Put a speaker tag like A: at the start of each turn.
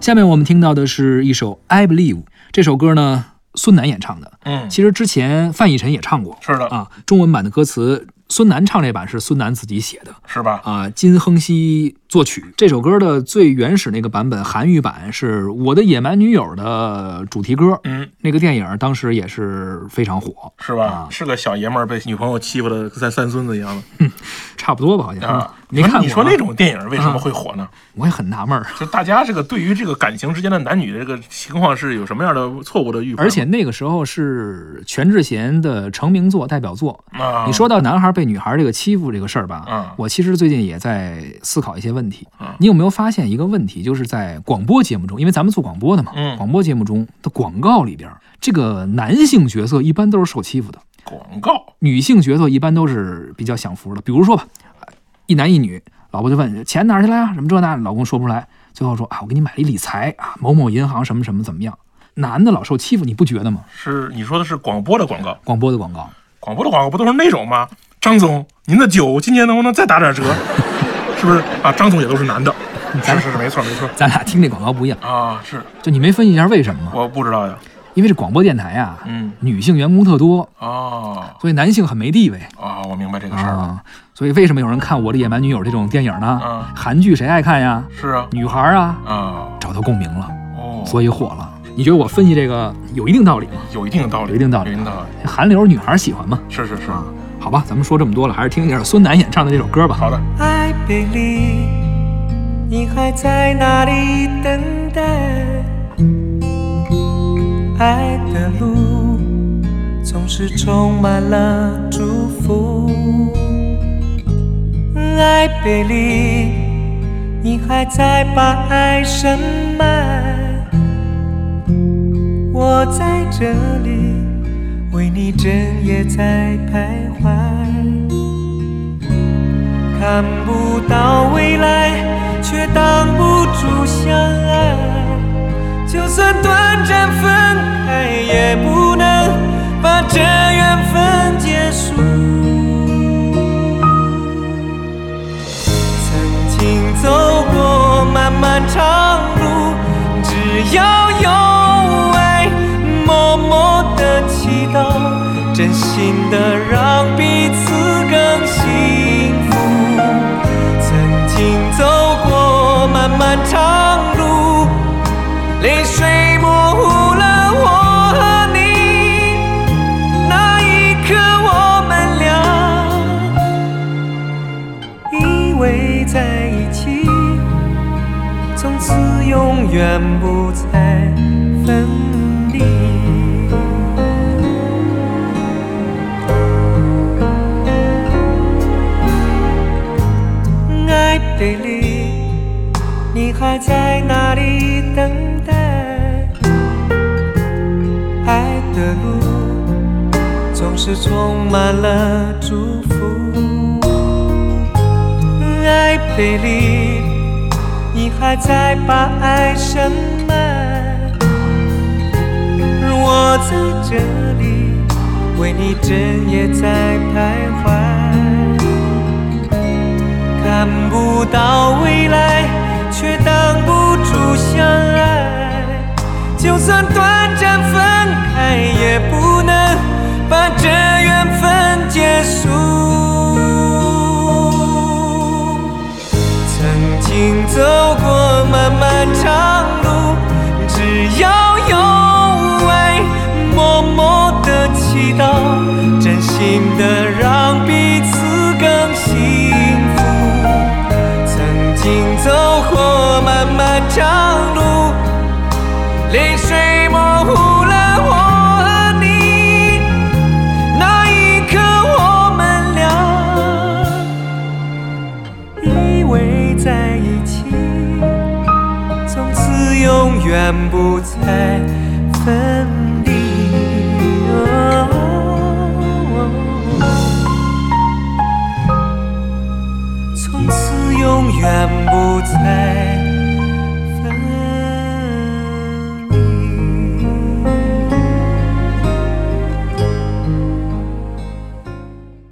A: 下面我们听到的是一首《I Believe》这首歌呢，孙楠演唱的。
B: 嗯，
A: 其实之前范逸臣也唱过
B: 是的，
A: 啊，中文版的歌词，孙楠唱这版是孙楠自己写的
B: 是吧？
A: 啊，金亨熙作曲。这首歌的最原始那个版本，韩语版是《我的野蛮女友》的主题歌，
B: 嗯，
A: 那个电影当时也是非常火，
B: 是吧？
A: 啊
B: 是个小爷们儿被女朋友欺负的跟三三孙子一样的
A: 差不多吧，好像。
B: 啊！
A: 没看过、啊。嗯
B: 你说那种电影为什么会火呢？
A: 我也很纳闷儿。
B: 就大家这个对于这个感情之间的男女的这个情况是有什么样的错误的预判？
A: 而且那个时候是全智贤的成名作、代表作。
B: 啊，
A: 你说到男孩被女孩这个欺负这个事儿吧
B: 嗯，
A: 我其实最近也在思考一些问题
B: 嗯。
A: 你有没有发现一个问题，就是在广播节目中，因为咱们做广播的嘛
B: 嗯，
A: 广播节目中的广告里边，这个男性角色一般都是受欺负的，
B: 广告
A: 女性角色一般都是比较享福的。比如说吧，一男一女，老婆就问钱哪儿去了呀？什么这那，老公说不出来，最后说啊，我给你买了一理财啊，某某银行什么什么怎么样。男的老受欺负，你不觉得吗？
B: 是你说的是广播的广告，
A: 广播的广告，
B: 广播的广告不都是那种吗？张总，您的酒今年能不能再打点折？ 是不是啊？张总也都是男的，是是是，没错没错
A: 咱俩听这广告不一样，
B: 啊，是
A: 就你没分析一下为什么吗？
B: 我不知道呀，
A: 因为这广播电台啊，
B: 嗯，
A: 女性员工特多，
B: 哦
A: 所以男性很没地位
B: 啊，我明白这个事儿了，
A: 啊。所以为什么有人看《我的野蛮女友》这种电影呢？
B: 啊，
A: 韩剧谁爱看呀？
B: 是啊，
A: 女孩啊，
B: 啊，
A: 找到共鸣了，
B: 哦，
A: 所以火了。你觉得我分析这个有一定道理吗？
B: 有一定的道理，
A: 有一定道理
B: 有一定道理，
A: 韩流女孩喜欢吗？
B: 是是是，
A: 啊，好吧，咱们说这么多了，还是听一下孙楠演唱的这首歌吧。
B: 好的，
C: I believe，你还在哪里等待？爱的路总是充满了祝福。I believe，你还在把爱深埋，我在这里为你整夜在徘徊。看不到未来，却挡不住相爱。就算短暂分开，也不能把这缘分结束。曾经走过漫漫长路，只要有爱，默默的祈祷，真心的让彼此更幸福。曾经走过漫漫长路，泪水模糊了我和你。那一刻，我们俩。依偎在一起，从此永远不再分离。爱对立，你还在哪里等待？爱的路总是充满了祝福。爱贝利，你还在把爱深埋，我在这里为你整夜在徘徊，看不到未来，却挡不住相爱，就算短暂分开，也不能把这缘分结束。曾经走过漫漫长路，只要有爱，默默的祈祷，真心的让彼此更幸福。曾经走过漫漫长路，泪水模糊了我和你，那一刻我们俩。依偎在一起，从此永远不再分离。哦从此永远不再。